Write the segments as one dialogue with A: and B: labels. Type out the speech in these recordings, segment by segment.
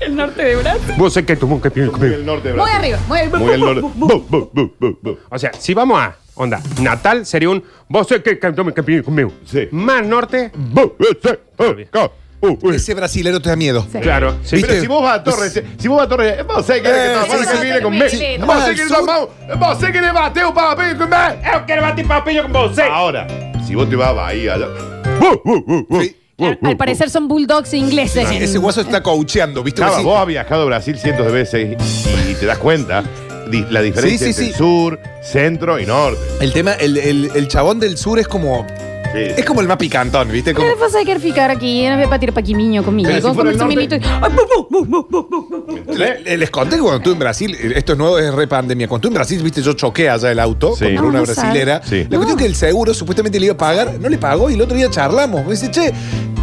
A: El norte de Brasil.
B: Vos sé que tu mujer tiene
C: Muy el norte, de
A: Muy
C: Brasil.
A: arriba.
C: Muy el norte. Bu, bu, bu, bu, bu.
B: O sea, si vamos a onda, Natal sería un vos sé que cantó mi campeón conmigo.
C: Sí.
B: Más norte,
C: Bu, eh, se, eh, ca, u, u.
D: Ese brasilero te da miedo.
A: Sí.
B: claro. Sí.
D: ¿Viste?
C: Pero si vos vas a Torres, si- si vos vas a Torres, eh, vos sé que eres que
D: Eh, sí,
C: tomás,
D: sí,
C: que viene
A: sí,
C: con
A: sí,
C: me.
A: sí, sí.
C: Vos sé que
D: Al
C: eres
D: sur.
C: mamá, vos sé que eres bateo para pedir con me. Eh,
B: Yo eh, quiero batir papillo con vos. sí.
C: Ahora, si vos te vas a Bahía, lo- Bu, bu, bu, bu.
D: Sí.
C: Bu, bu,
A: Al
C: bu.
A: parecer son bulldogs ingleses. en-
D: Ese guaso está coacheando, ¿viste?
C: Chava,
D: Sí.
C: vos has viajado a Brasil cientos de veces y, y te das cuenta di- la diferencia
D: Sí, sí,
C: entre
D: sí.
C: sur, centro y norte.
D: El tema, el, el- el chabón del sur es como.
C: Sí.
D: Es como el más picantón, ¿viste? Como,
A: ¿Qué vas a querer ficar aquí? No voy a patir pa' aquí, miño, conmigo.
C: Pero si
A: Con-
C: fuera
A: con
C: el
A: ese minito
C: norte-
A: y- Ay, bu, bu, bu, bu, bu, bu, bu.
C: ¿Eh?
D: Le- Les conté que cuando estuve en Brasil, esto es nuevo, es re pandemia. Cuando estuve en Brasil, viste, yo choqué allá el auto
C: Sí.
D: contra
C: No,
D: una
A: no
D: brasilera.
C: sabe. Sí.
D: La cuestión es que el seguro supuestamente le iba a pagar, no le pagó y el otro día charlamos. Me dice, che,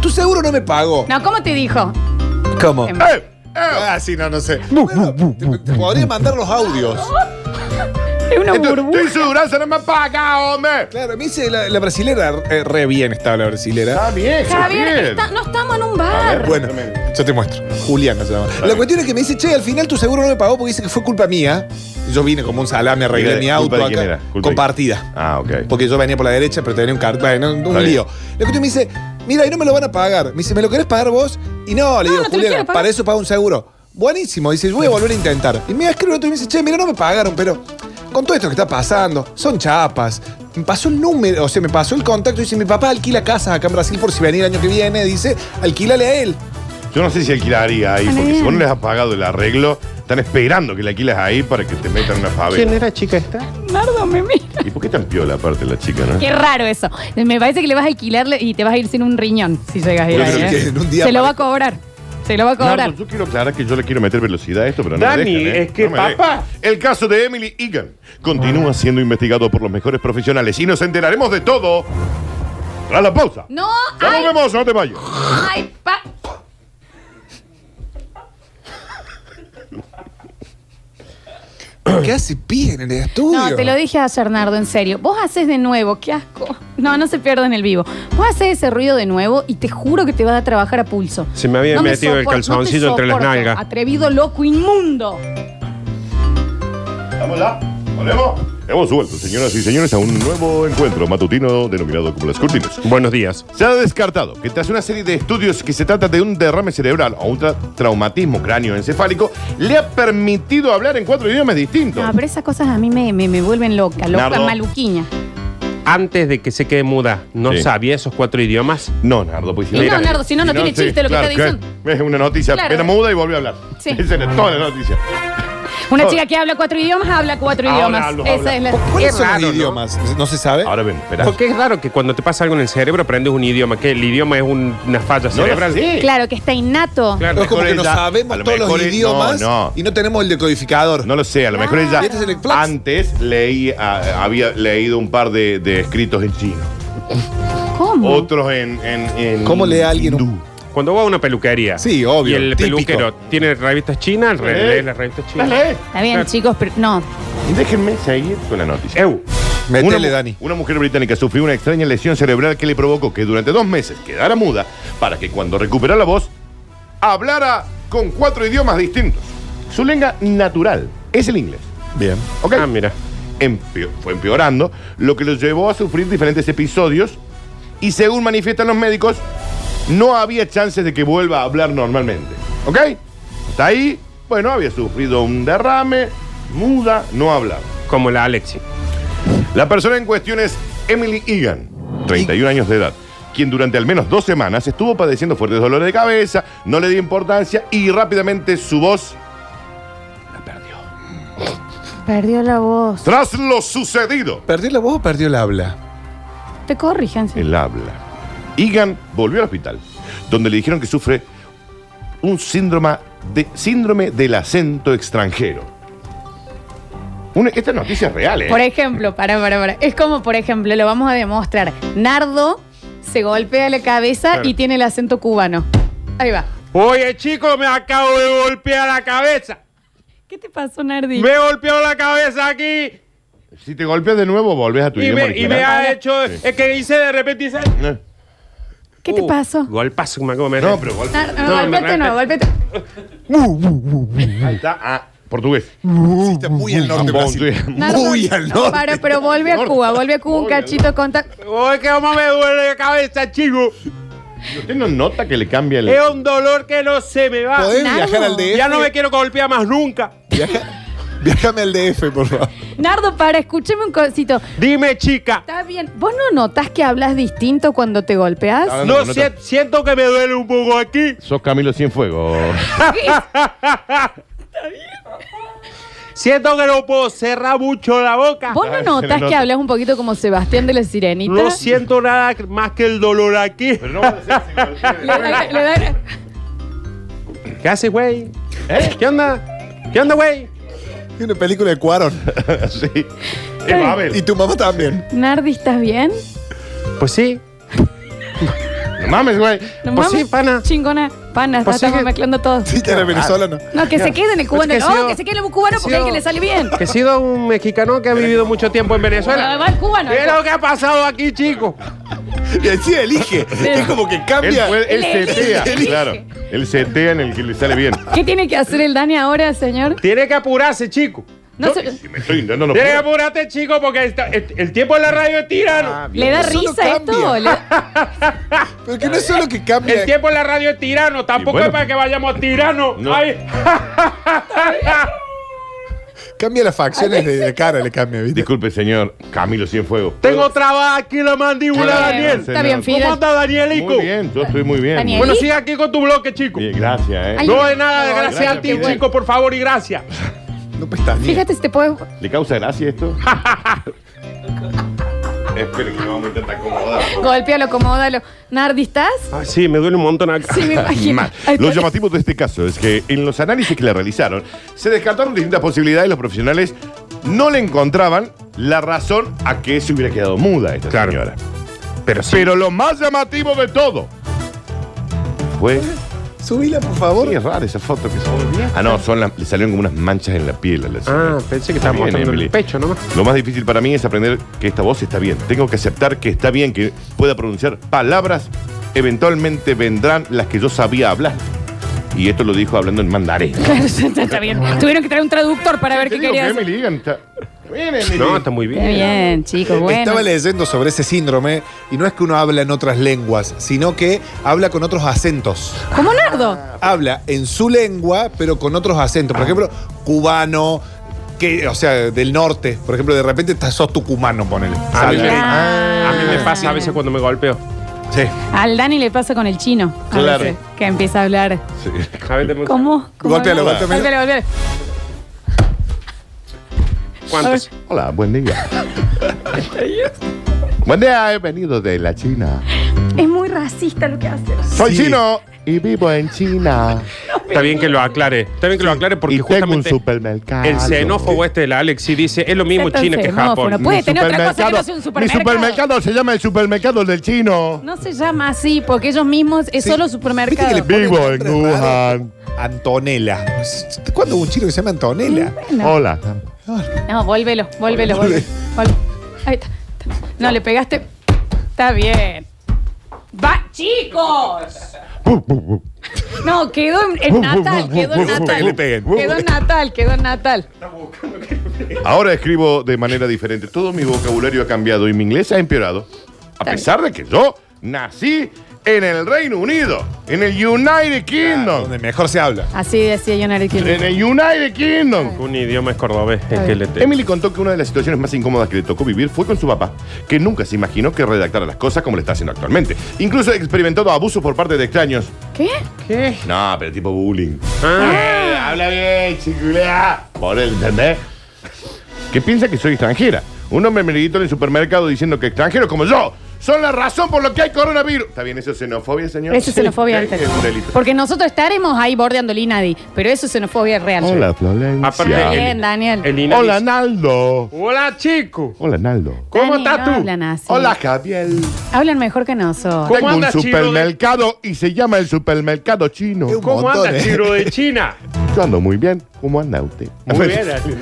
D: tu seguro no me pagó.
A: No, ¿cómo te dijo?
D: ¿Cómo?
A: En-
C: ¡Eh! ¡Eh!
D: Ah, sí, no, no sé. Bueno, te, te podría mandar los audios.
A: Es una
C: Esto-
A: burbuja.
C: Estoy segura, se no me paga, hombre.
D: Claro, me dice la, la brasilera, eh, re bien estaba la brasilera.
C: Está bien, está
A: Javier,
C: bien.
A: está- no estamos en un
C: A ver.
A: bar.
D: Bueno, yo te muestro. Juliana se llama. La
C: bien.
D: cuestión es que me dice, che, al final tu seguro no me pagó porque dice que fue culpa mía. Yo vine como un salame, arreglé
C: ¿Culpa
D: mi
C: de
D: auto
C: quién era? ¿Culpa
D: acá.
C: de quién?
D: Compartida.
C: Ah, ok.
D: Porque yo venía por la derecha, pero tenía un cartón, bueno, un
C: bien.
D: lío. Lo que tú me dice, mira, y no me lo van a pagar. Me dice, ¿me lo querés pagar vos? Y no, le
A: No, no te lo
D: digo, Juliana,
A: quiero pagar".
D: para eso pago un seguro. Buenísimo, dice, voy a volver a intentar. Y me escribe otro y me dice, che, mira, no me pagaron, pero con todo esto que está pasando, son chapas, Me pasó el número, o sea, me pasó el contacto. Dice, mi papá alquila casas acá en Brasil por si venir el año que viene. Dice, alquílale a él.
C: Yo no sé si alquilaría ahí, porque si vos no les has pagado el arreglo, están esperando que le alquiles ahí para que te metan una
B: ¿Quién
C: favela.
B: era chica esta?
A: Nardo me mira.
C: ¿Y por qué tan piola aparte la chica, no?
A: Qué raro eso. Me parece que le vas a alquilarle y te vas a ir sin un riñón si llegas a ir
C: Yo
A: ahí,
C: creo
A: ¿eh?
C: que
D: en un día
A: Se lo va a
D: parece-
A: cobrar. Se lo va a cobrar.
C: Nardo, yo quiero aclarar que yo le quiero meter velocidad a esto, pero no
B: Dani,
C: me dejan, ¿eh?
B: es que,
C: No me dejan.
B: papá.
C: El caso de Emily Egan continúa siendo investigado por los mejores profesionales y nos enteraremos de todo tras la pausa.
A: No,
C: Ya nos
A: ay.
C: vemos, no te vayas.
A: Ay, pa.
D: ¿Qué hace pie en el estudio?
A: No, te lo dije ayer, Nardo, en serio. Vos haces de nuevo, qué asco. No, no se pierda en el vivo. Vos haces ese ruido de nuevo y te juro que te va a trabajar a pulso.
B: Se me había
A: No
B: metido
A: sopor-
B: el
A: no te
B: calzoncillo entre las
A: soporto.
B: nalgas.
A: Atrevido, loco, inmundo.
C: Vamos ya, volvemos. Hemos vuelto, señoras y señores, a un nuevo encuentro matutino denominado como las cortinas.
B: Buenos días.
C: Se ha descartado que tras una serie de estudios que se trata de un derrame cerebral o un tra- traumatismo cráneoencefálico, le ha permitido hablar en cuatro idiomas distintos.
A: No, pero esas cosas a mí me, me, me vuelven loca, loca,
C: Nardo.
A: maluquiña.
B: Antes de que se quede muda, ¿no
C: Sí.
B: sabía esos cuatro idiomas?
C: No, Nardo, pues
A: Y no, Nardo, si no, no tiene chiste lo que está diciendo.
C: Es una noticia,
A: Claro.
C: era muda y volvió a hablar.
A: Sí.
C: Esa era toda la noticia.
A: Una
C: Ahora-
A: chica que habla cuatro idiomas, habla cuatro
C: Ahora
A: idiomas.
C: hablo,
A: Esa
C: habla.
A: es la.
D: ¿Cuáles son
B: raro, ¿no?
D: los idiomas? ¿no? se sabe.
C: Ahora ven, espera.
B: Porque es raro que cuando te pasa algo en el cerebro aprendes un idioma, que el idioma es un- una falla
C: No,
B: cerebral.
C: sí.
A: Claro, que está innato.
B: Claro,
D: es como
C: mejor
D: que no
C: ella- a
D: sabemos
C: lo
D: todos los
C: mejor es-
D: idiomas
C: no, no.
D: y no tenemos el decodificador.
C: No lo sé, a lo mejor ella
D: Y este es el Plex.
C: antes leí, ah, había leído un par de, de escritos en chino,
A: ¿Cómo?
C: otros en, en, en
D: ¿Cómo lee alguien un-
C: hindú.
B: Cuando va a una peluquería.
D: Sí, obvio,
B: Y el
D: típico.
B: peluquero tiene revistas chinas, re-
C: Eh.
B: lees las revistas chinas.
C: Las lees.
A: Está bien,
B: Claro.
A: chicos, pero no.
C: Y Déjenme seguir con la noticia.
B: Eu.
D: Metele,
C: una, mu-
D: Dani.
C: Una mujer británica sufrió una extraña lesión cerebral que le provocó que durante dos meses quedara muda para que cuando recuperara la voz hablara con cuatro idiomas distintos. Su lengua natural es el inglés.
D: Bien.
C: ¿Ok?
B: Ah, mira.
C: Empeo- fue empeorando, lo que los llevó a sufrir diferentes episodios y según manifiestan los médicos, no había chances de que vuelva a hablar normalmente. ¿Ok? Hasta ahí, bueno, había sufrido un derrame, muda, no hablaba.
B: Como la Alexi.
C: La persona en cuestión es Emily Egan, 31 años de edad, quien durante al menos dos semanas estuvo padeciendo fuertes dolores de cabeza, no le dio importancia y rápidamente su voz la perdió.
A: Perdió la voz.
C: Tras lo sucedido,
D: ¿Perdió la voz o perdió el habla?
A: Te corríjanse.
C: el habla. Egan volvió al hospital, donde le dijeron que sufre un síndrome, de, síndrome del acento extranjero. Una- esta noticia es real, ¿eh?
A: Por ejemplo, para, para, para. Es como, por ejemplo, lo vamos a demostrar. Nardo se golpea la cabeza
B: Claro.
A: y tiene el acento cubano. Ahí va.
B: Oye, chico, me acabo de golpear la cabeza.
A: ¿Qué te pasó, Nardi?
B: Me he golpeado la cabeza aquí.
C: Si te golpeas de nuevo, volvés a tu
B: Y
C: idioma
B: me, y me
C: original.
B: ha hecho. Es que hice de repente hice.
C: Eh.
A: ¿Qué te
B: Uh,
A: pasó?
B: Golpazo que me acabo de meter.
C: No, pero golpe.
A: Nardo, no,
B: No,
A: golpete
B: me-
A: no, golpete.
C: Ahí está. Ah, portugués. Uh,
D: Sí, está muy al norte. Brasil.
C: eh.
A: Nardo,
D: Muy al
A: no,
D: norte.
A: para, pero vuelve a
C: Norte.
A: Cuba, vuelve a Cuba un
C: Muy al
A: cachito conta.
B: Oye, que cómo me duele la cabeza, chico.
C: ¿Usted no nota que le cambia el...
B: Es un dolor que no se me va.
D: ¿Podés
A: Nardo.
D: viajar al DF?
B: Ya no me quiero golpear más nunca.
D: Viaja- Viajame al DF, por favor.
A: Nardo, para, escúchame un cosito.
B: Dime, chica.
A: Está bien. ¿Vos no notas que hablas distinto cuando te golpeas?
C: Ah,
B: No,
C: no, no
B: sie- siento que me duele un poco aquí.
C: Sos Camilo Cienfuegos.
B: Siento que no puedo cerrar mucho la boca.
A: ¿Vos no
C: Ah, se
A: notas
C: le
A: que
C: nota.
A: hablas un poquito como Sebastián de la Sirenita?
B: No siento nada más que el dolor aquí.
C: Pero no va a ser ese golpe de-
A: Le da- le da-
B: ¿Qué haces, güey? ¿Eh? ¿Qué onda? ¿Qué onda, güey?
D: Hay una película de Cuaron.
C: Sí. Es
D: Y
C: Babel.
D: tu mamá también.
A: Nardi, ¿estás bien?
B: Pues sí.
C: No mames, güey.
A: No
B: Pues
A: mames,
B: sí, pana.
A: Chingona, pana,
B: Pues
A: estamos
B: sí que-
A: mezclando todo.
D: Sí, que era venezolano.
A: No, que se quede en el cubano.
B: Pues que
A: no,
B: sido-
A: que se quede en el cubano porque
B: sido-
A: hay que le sale bien.
B: Que he sido un mexicano que ha vivido mucho tiempo en
A: Pero
B: Venezuela.
A: va el cubano.
B: ¿Qué es lo que ha pasado aquí, chico?
D: Y así elige. Es como que
C: Él,
D: cambia.
C: fue- él
A: Él
C: setea,
A: elige.
C: claro. Él setea en el que le sale bien.
A: ¿Qué tiene que hacer el Dani ahora, señor?
B: Tiene que apurarse, chico.
A: No
C: No,
A: se-
C: si me estoy intentando
B: Tiene
C: poner-
B: que apurarte, chico, porque esta- el, el tiempo en la radio es tirano.
A: ¿Le da
D: Eso no
A: risa esto?
D: cambia.
A: Le-
D: Pero que no es solo que
B: El
D: cambia.
B: tiempo en la radio es tirano, tampoco
C: bueno.
B: es para que vayamos a tirano.
C: No.
B: Ay.
D: Cambia las facciones de, de cara, le cambia, ¿viste?
C: Disculpe, señor Camilo Cienfuegos.
B: Tengo traba aquí en la mandíbula,
A: Está bien,
B: Daniel.
A: está bien,
B: ¿Cómo
A: Fidel.
B: anda, Danielico?
C: Muy bien, yo estoy muy bien.
A: Daniel.
B: Bueno, sigue aquí con tu bloque, chico.
C: Bien, gracias, eh.
A: Ay,
B: No de nada, gracias
C: gracias,
B: a ti,
C: Fidel.
B: chico, por favor y gracias.
D: No pestañea.
A: Fíjate si te puedo.
C: ¿Le causa gracia esto? Espero que no vamos a intentar acomodar.
A: Golpealo, acomódalo. Nardi, ¿estás?
B: Ay, Ah, sí, me duele un montón acá.
A: Sí, me imagino.
C: Mal.
A: Ahí
C: Lo
A: está.
C: llamativo de este caso es que en los análisis que le realizaron se descartaron distintas posibilidades y los profesionales no le encontraban la razón a que se hubiera quedado muda esta
B: Claro.
C: señora.
B: Pero sí.
C: Pero lo más llamativo de todo fue...
D: Subila, por favor.
C: Sí, es rara esa foto que se Ah, no, son las- le salieron como unas manchas en la piel a la señora.
B: Ah, pensé que estaba
C: Bien,
B: mostrando
C: Emily.
B: el pecho nomás.
C: Lo más difícil para mí es aprender que esta voz está bien. Tengo que aceptar que está bien, que pueda pronunciar palabras. Eventualmente vendrán las que yo sabía hablar. Y esto lo dijo hablando en mandarín.
A: Claro, está, está bien. Tuvieron que traer un traductor para ver
C: Te
A: qué
C: digo
A: querías.
C: que Emily Egan está- Bien, Emily.
B: No, está muy
A: Qué
B: bien.
A: bien, chicos, bueno.
D: Estaba leyendo sobre ese síndrome y no es que uno habla en otras lenguas, sino que habla con otros acentos.
A: Como Nardo.
D: Habla en su lengua, pero con otros acentos. Por ejemplo, cubano, que, o sea, del norte. Por ejemplo, de repente estás- sos tucumano, ponele.
B: A mí,
D: Sale.
B: me,
A: Ah.
B: a mí me pasa a veces cuando me golpeo.
D: Sí.
A: Al Dani le pasa con el chino. a
C: Claro.
A: veces, que empieza a hablar.
C: Sí.
B: A veces me-
A: ¿Cómo? ¿Cómo
D: Golpéalo,
A: habla?
D: golpéalo.
A: Golpéalo, golpéalo.
B: ¿Cuántos?
C: Hola, buen día. buen día, he venido de la China.
A: Es muy racista lo que hace.
C: Soy
D: Sí.
C: chino y vivo en China.
B: Está bien que lo aclare. Está bien que lo aclare porque
C: y tengo un Ah,
B: justamente
C: supermercado.
B: el xenófobo este de la Alexi dice es lo mismo
A: Está
B: China que
A: xenófono.
B: Japón.
A: Pu- Puede
C: Mi
A: tener otra cosa que no sea un supermercado.
C: Mi supermercado se llama el supermercado del chino.
A: No se llama así porque ellos mismos es
D: Sí.
A: solo
D: Viste
A: supermercado.
D: que le
C: Vivo
D: ponen
C: en
D: nombres raros.
C: Wuhan.
D: Antonella. ¿Cuándo hubo un chino que se llama Antonella?
A: No,
C: Hola.
A: no, vuélvelo, vuélvelo, vuélvelo. Vuélvelo. Ahí está. No, le pegaste. Está bien. ¡Va, chicos! No, quedó en, en Natal, quedó en
D: Gusta que le
A: Natal.
D: peguen.
A: Quedó en Natal, quedó en Natal.
C: Ahora escribo de manera diferente. Todo mi vocabulario ha cambiado y mi inglés ha empeorado. A pesar de que yo nací en el Reino Unido, en el United Kingdom.
D: Donde mejor se habla.
A: Así decía John
C: En
A: Arequín.
C: el United Kingdom.
B: Un idioma es cordobés, el que le te-
C: Emily contó que una de las situaciones más incómodas que le tocó vivir fue con su papá, que nunca se imaginó que redactara las cosas como le está haciendo actualmente. Incluso experimentó abusos por parte de extraños.
A: ¿Qué?
B: ¿Qué?
C: No, pero tipo bullying.
B: Ah,
C: Eh, Habla bien, chiculea. Por él, ¿entendés? Que piensa que soy extranjera. Un hombre me gritó en el supermercado diciendo que extranjeros como yo son la razón por lo que hay coronavirus. ¿Está bien eso es xenofobia, señor?
A: Eso es xenofobia
C: Sí,
A: antes.
C: Es un delito.
A: Porque nosotros estaremos ahí bordeando el INADI, pero eso es xenofobia real.
C: Hola, Florencia.
B: Aparte,
A: Está Bien, Daniel.
B: el Inavis-
C: Hola, Naldo.
B: Hola, chico.
C: Hola, Naldo.
B: ¿Cómo
A: Dani,
B: estás
A: no
B: tú?
A: hablan así.
C: Hola, Javier.
A: Hablan mejor que nosotros.
B: ¿Cómo
C: Tengo un
B: andas, Chiro?
C: supermercado y se llama el supermercado chino.
D: Es un
B: ¿Cómo
D: montón,
B: andas,
D: eh.
B: Chiro de China?
C: Yo ando muy bien. ¿Cómo anda usted?
B: Muy bien, Dani.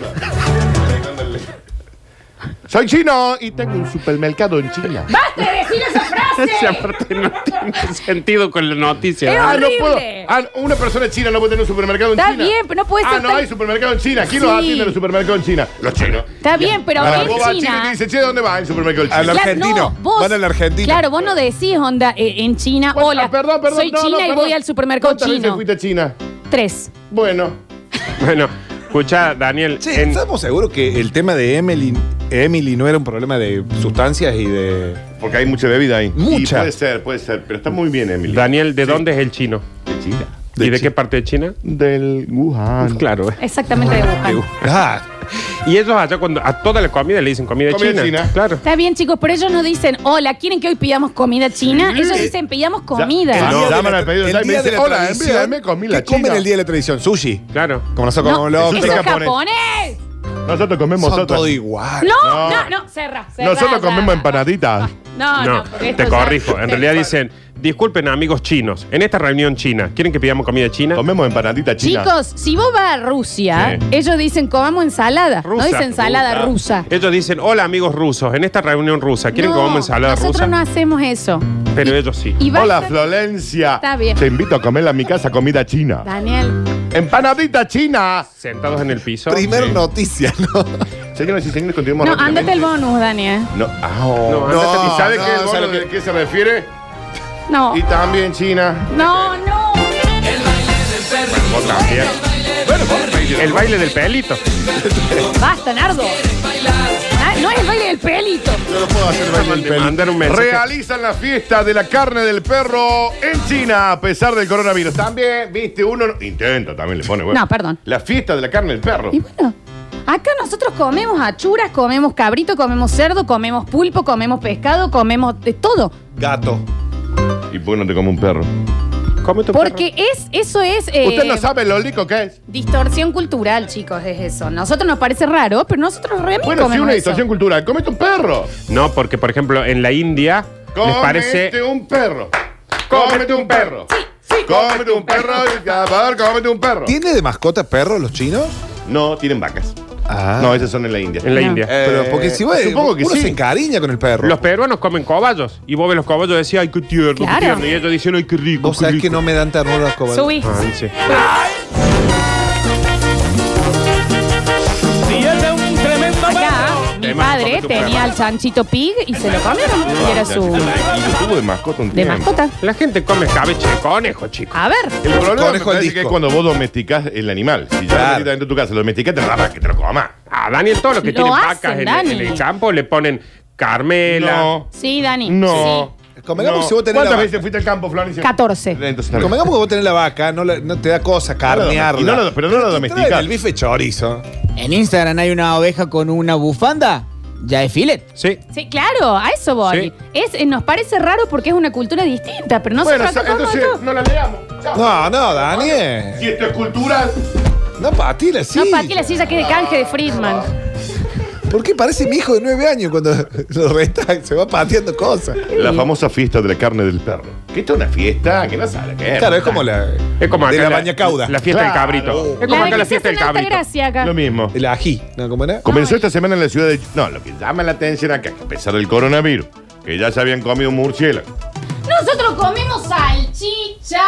C: Soy chino y tengo un supermercado en China.
A: ¡Basta de decir esa
B: Esa
A: frase!
B: parte no tiene sentido con la noticia.
A: Eh,
B: ¿verdad?
C: Ah, no
A: horrible.
C: puedo. Ah, una persona china no puede tener un supermercado en
A: Está
C: China.
A: bien, pero no puede
C: Ah,
A: ser
C: no
A: tan-
C: hay supermercado en China. ¿Quién los
A: Sí.
C: atiende en los supermercados en China? Los chinos.
A: Está bien, pero
C: Ahora,
A: en
C: vos vas a China y
A: China.
C: te dice, che, ¿dónde va el supermercado en
D: Al
C: China?
A: Claro,
D: argentino.
A: no, vos-
D: Van al argentino.
A: Claro, vos no decís onda eh, en China.
C: Bueno,
A: Hola,
C: ah, perdón, perdón.
A: soy
C: no, no,
A: china y
C: perdón.
A: voy al supermercado
C: ¿Cuántas veces
A: chino.
C: fuiste a China?
A: Tres.
C: Bueno.
B: Bueno, escucha, Daniel.
D: Che,
B: en-
D: ¿estamos seguros que el tema de Emily, Emily no era un problema de sustancias y de.
C: Porque hay mucha bebida ahí.
D: Mucha.
C: Y puede ser, puede ser. Pero está muy bien, Emily.
B: Daniel, ¿de dónde es el chino?
C: De Ah, China.
B: ¿Y de
D: Chi-
B: qué parte de China?
C: Del Wuhan.
B: Claro. eh.
A: Exactamente de Wuhan.
D: Ah,
B: Y ellos allá cuando a toda la comida le dicen comida,
C: Comida
B: china.
C: china.
B: Claro.
A: Está bien, chicos, pero ellos no dicen, hola, ¿quieren que hoy pidamos comida china? Ellos
D: Eh,
A: dicen, pidamos comida.
D: el
C: No,
D: día de
C: llaman
D: la-
C: al pedido
D: el
C: ya y me
D: día
C: dicen,
D: de la
C: "Hola,
D: tradición,
C: envíame comida
D: ¿Qué comen
C: china".
D: el día de la tradición? Sushi.
B: Claro.
D: Como nosotros
A: No,
D: comemos
A: eso
D: los
A: es
C: otros.
A: japonés.
C: Nosotros comemos
D: Son
C: otras.
D: todo igual.
A: No, no, no, cerra, cerra, cerra.
C: Nosotros comemos empanaditas.
A: No, Ah, no,
B: No,
A: porque esto
B: te
A: ya-
B: corrijo.
A: te
B: En realidad
A: cor-
B: dicen, disculpen amigos chinos, en esta reunión china, ¿quieren que pidamos comida china?
C: Comemos empanaditas chinas.
A: Chicos, si vos vas a Rusia,
C: Sí.
A: ellos dicen comamos ensalada.
B: Rusa.
A: no dicen ensalada rusa.
B: Ellos dicen, hola amigos rusos, en esta reunión rusa, ¿quieren
A: No,
B: que comamos ensalada
A: nosotros
B: rusa?
A: no hacemos eso.
B: Pero ellos sí.
A: Y
C: Hola,
A: basta-
C: Florencia.
A: Está bien.
C: Te invito a comer a mi casa comida china.
A: Daniel,
C: Empanadita china.
B: Sentados en el piso.
D: Primer
B: Sí.
D: noticia, ¿no?
C: Señoras y señores, continuemos
A: no, ándate
C: rápidamente.
A: el bonus, Daniel.
C: No, ah, oh.
B: No,
D: ándate.
C: ¿Y sabe
D: No,
C: qué es el
D: no,
C: bono
D: sabe
C: de qué se refiere?
A: No,
C: Y también China.
A: no, no.
C: Vos también. Bueno, vos reíste.
B: El baile del pelito.
A: Basta, Nardo. Na- No es el baile del pelito.
C: Yo no puedo hacer baile del
B: Mandar
C: perro.
B: mandar un mensaje.
C: Realizan la fiesta de la carne del perro en China a pesar del coronavirus. También, viste, uno no- intenta, también le pone bueno.
A: No, perdón.
C: La fiesta de la carne del perro.
A: Y bueno, acá nosotros comemos achuras, comemos cabrito, comemos cerdo, comemos pulpo, comemos pescado, comemos de todo.
D: Gato.
C: ¿Y por qué no te come un perro?
B: Come tu perro.
A: Porque es, eso es eh,
C: Usted no sabe lo rico que es.
A: distorsión cultural, chicos, es eso. Nosotros nos parece raro, pero nosotros realmente
C: Bueno, sí,
A: comemos
C: una
A: eso.
C: distorsión cultural. Comete un perro.
B: No, porque, por ejemplo, en la India les
C: Cómete
B: parece.
D: este
C: un perro. Cómete un perro.
A: sí.
C: Cómete un perro. y, por favor, Cómete un perro.
D: ¿Tiene de mascota perros los chinos?
C: No, tienen vacas.
D: Ah.
C: No, esas son en la India.
B: En la
A: No.
B: India.
C: Eh,
D: Pero porque si vos,
C: supongo que
D: uno
C: sí.
D: se encariña con el perro.
B: Los peruanos comen cobayos. Y vos ves los cobayos y decís, ay, qué tierno,
A: Claro.
B: qué tierno. Y ellos dicen, ay, qué rico.
D: Vos
B: qué
D: sabés
B: rico".
D: que no me dan ternura los cobayos.
A: Subí.
B: Ay, sí.
E: Y es de un tremendo
A: Acá,
E: perro.
A: mi
B: Además,
A: padre
B: come tu
A: tenía
B: perro.
A: al chanchito pig y se lo comieron.
C: Ah,
A: Y era su.
C: Y estuvo de mascota un
A: de
C: tiempo.
A: mascota.
B: La gente come escabeche de conejo, chico.
A: A ver,
C: El problema me
D: Conejo al
C: parece
D: disco.
C: que es cuando vos domesticás el animal. Si ya
D: Claro.
C: lo metiste dentro de tu casa, lo domesticás, te rapa que te lo comas.
B: A Daniel, todo lo que
A: Lo
B: tiene
A: hacen,
B: vacas en,
A: Dani.
B: en el campo le ponen Carmela.
C: No.
A: sí, Dani.
C: No.
D: Convengamos que si vos tenés
C: ¿Cuántas
D: la
C: veces fuiste al campo, Florencia?
A: 14.
C: Entonces, está bien.
D: Convengamos que vos tenés la vaca, no, la- no te da cosa carnearla.
C: Y no la- pero no la domesticás.
D: Traen El bife chorizo.
F: En Instagram hay una oveja con una bufanda. Ya es filet.
B: Sí.
A: Sí. Sí, claro, a eso voy.
B: Sí.
A: Es, eh, nos parece raro porque es una cultura distinta, pero no
C: bueno,
A: se
C: sa-
A: trata
C: entonces no la leamos. Chao.
D: No, no, Daniel.
C: Si esto es cultural.
D: No, patila, sí.
A: No, para ti la silla que de canje de
C: Ah.
A: Friedman.
D: ¿Por qué parece mi hijo de nueve años cuando lo resta? Se va pateando cosas.
C: La famosa fiesta de la carne del perro. Que esta es una fiesta que no sabe a qué.
D: Claro, es como la.
B: Es como acá
D: de la,
B: la
D: baña cauda.
B: La fiesta
C: Claro.
B: del cabrito. Es
A: La
B: como
A: de
B: acá
A: que
B: la
A: se hace
B: fiesta del
A: en
B: cabrito.
A: Altagracia acá.
C: Lo mismo.
D: El ají. ¿No? ¿Cómo era?
C: Comenzó esta semana en la ciudad de. No, lo que llama la atención acá, que a pesar del coronavirus, que ya se habían comido un murciélago.
A: Nosotros comemos salchichas.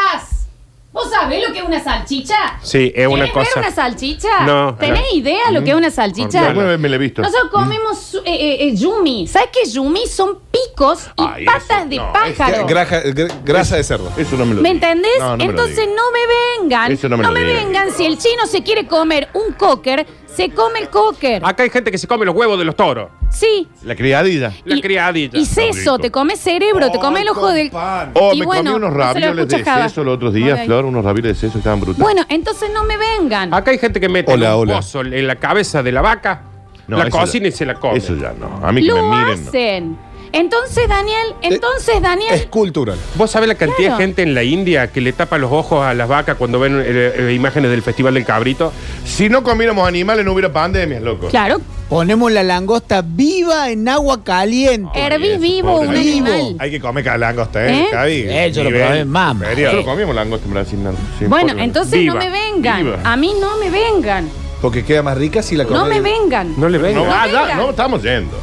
A: ¿Vos sabés lo que es una salchicha?
B: Sí, es una
A: ¿Querés ver
B: cosa.
A: una salchicha?
B: No.
A: ¿Tenés
B: Ajá.
A: idea lo que es una salchicha?
C: Alguna vez me la he visto.
A: Nosotros comemos eh, eh, eh, yumi. ¿Sabes qué es yumi? Son picos y
C: Ay, eso,
A: patas de
C: no,
A: pájaro.
D: Graja- gr- Eh, grasa de cerdo.
C: Eso no me lo
A: ¿Me
C: digas.
A: entendés?
C: No, no me lo
A: Entonces
C: digas.
A: no me vengan.
C: Eso no me
A: no
C: lo
A: me
C: digas.
A: vengan. Si el chino se quiere comer un cocker, se come el cocker.
C: Ah.
B: Acá hay gente que se come los huevos de los toros.
A: Sí.
C: La criadilla.
B: La
A: Y-
B: criadilla.
A: Y seso,
C: rico.
A: te comes cerebro, te comes el ojo del.
C: Oh,
A: Y
C: me
A: bueno,
C: comí unos
A: no se lo
C: ravioles de
A: escucha Java.
C: seso los otros días,
A: Ok.
C: Flor, unos ravioles de seso que estaban brutales.
A: Bueno, entonces no me vengan.
B: Acá hay gente que mete
D: Hola,
B: un
D: hola.
B: pozo en la cabeza de la vaca,
C: No,
B: la
C: eso
B: cocina
C: ya-
B: y se la come.
C: Eso ya no. A mí que
A: Lo
C: me miren. no.
A: hacen. Entonces, Daniel,
C: Eh,
A: entonces,
D: Es
A: Daniel.
D: cultural.
B: ¿Vos sabés la cantidad
A: Claro.
B: de gente en la India que le tapa los ojos a las vacas cuando ven eh, eh, imágenes del Festival del Cabrito?
C: Si no comiéramos animales no hubiera pandemias, loco.
A: Claro,
F: Ponemos la langosta viva en agua caliente.
A: hervís
C: eso,
A: vivo
C: pobre
A: un
C: Daniel.
A: animal.
D: Hay que comer cada langosta,
A: ¿Eh?
D: Javi?
F: Eh, yo lo
D: Nivel.
F: probé, mamá.
C: Nosotros comíamos langosta en Brasil. no, sí,
A: Bueno,
C: pobre.
A: entonces no
B: Viva,
A: me vengan.
C: viva.
A: A mí no me vengan.
D: Porque queda más rica si la comes.
A: No me vengan.
B: No le ven.
C: No,
A: No
C: ah, ya,
A: vengan.
C: no, estamos yendo.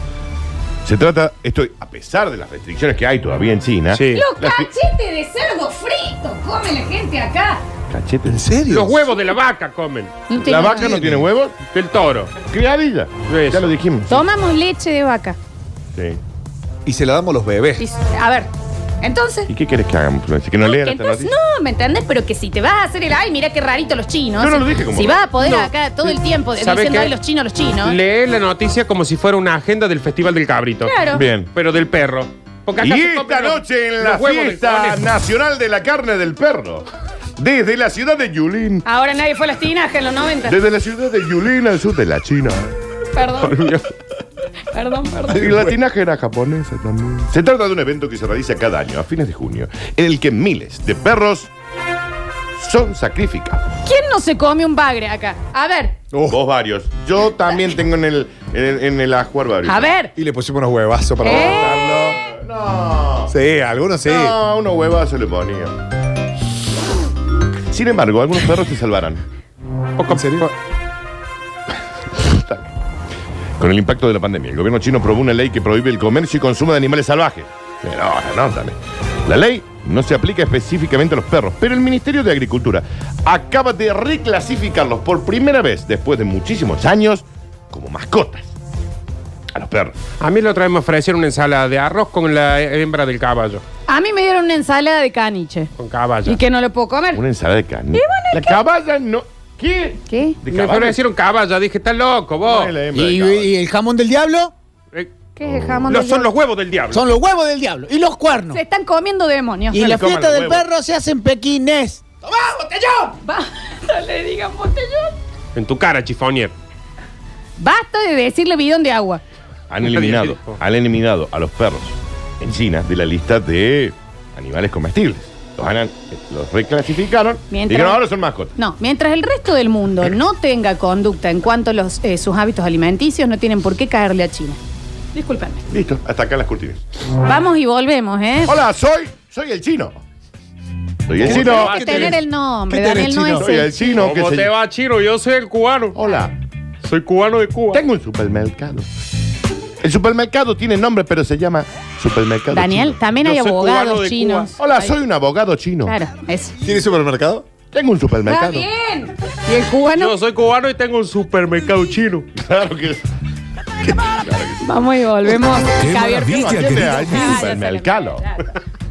C: Se trata, esto, a pesar de las restricciones que hay todavía en China.
B: Sí.
A: Los
C: eh, La fi-
A: cachetes de cerdo frito come la gente acá.
D: ¿En
C: Cachetes.
D: serio?
B: Los huevos de la vaca comen.
A: No
C: La
A: tiene
C: vaca
A: nada.
C: no tiene huevos.
B: Del toro.
C: Criadilla.
B: Eso.
C: Ya lo dijimos.
A: Tomamos leche de vaca.
C: Sí.
D: Y se la damos a los bebés.
A: Dice, A ver, entonces.
C: ¿Y qué querés que hagamos, Florencia? Que no
A: No,
C: lean
A: que
C: esta
A: entonces-
C: noticia.
A: no, ¿me entendés? Pero que si te vas a hacer el ay, mira qué rarito los chinos.
C: Yo no
A: Si-
C: lo dije como
A: Si
C: raro.
A: vas a poder
B: No.
A: acá todo el tiempo de-
B: ¿Sabe
A: diciendo
B: qué?
A: ay, los chinos, los chinos.
B: Lee la noticia como si fuera una agenda del Festival del Cabrito.
A: Claro.
C: Bien.
B: Pero del perro. Porque
C: Y
B: acá se
C: esta
B: comen los-
C: noche en
B: los
C: la
B: huevos del
C: fiesta
B: conejo.
C: nacional de la carne del perro. Desde la ciudad de Yulin.
A: Ahora nadie fue a las tinajas en los 90.
C: Desde la ciudad de Yulin al sur de la China.
A: Perdón, perdón, perdón.
C: Y la tinaja era japonesa también. Se trata de un evento que se realiza cada año, a fines de junio, en el que miles de perros son sacrificados.
A: ¿Quién no se come un bagre acá? A ver,
C: Vos varios. Yo también tengo en el, en el, en el ajuar varios.
A: a ver.
D: Y le pusimos unos huevazos para
A: Eh.
C: Carlos, No.
D: Sí, algunos sí.
C: No, unos huevos se le ponía. Sin embargo, algunos perros se salvarán.
B: Poco-
D: ¿En serio?
B: po-
C: Con el impacto de la pandemia, el gobierno chino aprobó una ley que prohíbe el comercio y consumo de animales salvajes. Pero no, no, dale. La ley no se aplica específicamente a los perros, pero el Ministerio de Agricultura acaba de reclasificarlos por primera vez después de muchísimos años como mascotas. A los perros.
B: A mí la otra vez me ofrecieron una ensalada de arroz con la hembra del caballo.
A: A mí me dieron una ensalada de caniche.
B: Con caballo.
A: Y que no lo puedo comer.
C: Una ensalada de carne. La caballa no.
B: ¿Qué?
A: ¿Qué?
C: ¿De
B: Me fueron a
C: caballo?
B: decir un caballo, dije, está loco vos.
C: Ponele, hembra de
F: ¿Y,
C: caballo.
F: y el jamón del diablo?
B: Eh,
A: ¿Qué es el jamón?
B: los-
A: del
B: son los
A: diablo?
B: huevos del diablo.
F: Son los huevos del diablo. Y los cuernos.
A: Se están comiendo demonios.
F: Y
C: le
F: la
C: coman
F: fiesta
C: los
F: del
C: huevos.
F: perro se hacen pequines.
A: Basta, le digan botellón.
B: En tu cara, chifonier.
A: Basta de decirle bidón de agua.
C: Han eliminado, han eliminado a los perros en China de la lista de animales comestibles. Los, han, los reclasificaron.
A: Mientras-
C: Dijeron, ahora son mascotas.
A: No, mientras el resto del mundo no tenga conducta en cuanto a los, eh, sus hábitos alimenticios, no tienen por qué caerle a China. Disculpenme.
C: Listo, hasta acá las cortinas.
A: Vamos y volvemos, ¿eh?
C: Hola, soy, soy el chino. Soy el chino.
B: Hola,
A: Hay que tener el nombre,
D: ¿Qué
A: Daniel,
D: tenés,
A: no
D: chino?
A: es
C: Soy el
A: el...
C: chino. Que Oh.
B: ¿Cómo
C: se-
B: te va, Chiro? Yo soy el cubano.
C: Hola,
B: Soy cubano de Cuba.
C: tengo un supermercado. El supermercado tiene nombre, pero se llama supermercado.
A: Daniel,
C: chino.
A: también
B: Yo
A: hay
B: soy cubano
A: abogados
B: de
A: chinos.
C: Hola, soy un abogado chino.
A: Claro, eso.
D: ¿Tiene supermercado?
C: Tengo un
A: Está
C: supermercado.
A: bien. Y el cubano...
B: Yo soy cubano y tengo un supermercado chino.
C: Claro que
A: Vamos y volvemos.
G: Qué
A: Javier Ah,
G: maravilla,
A: Pinto.
G: querido.
C: hay un supermercado.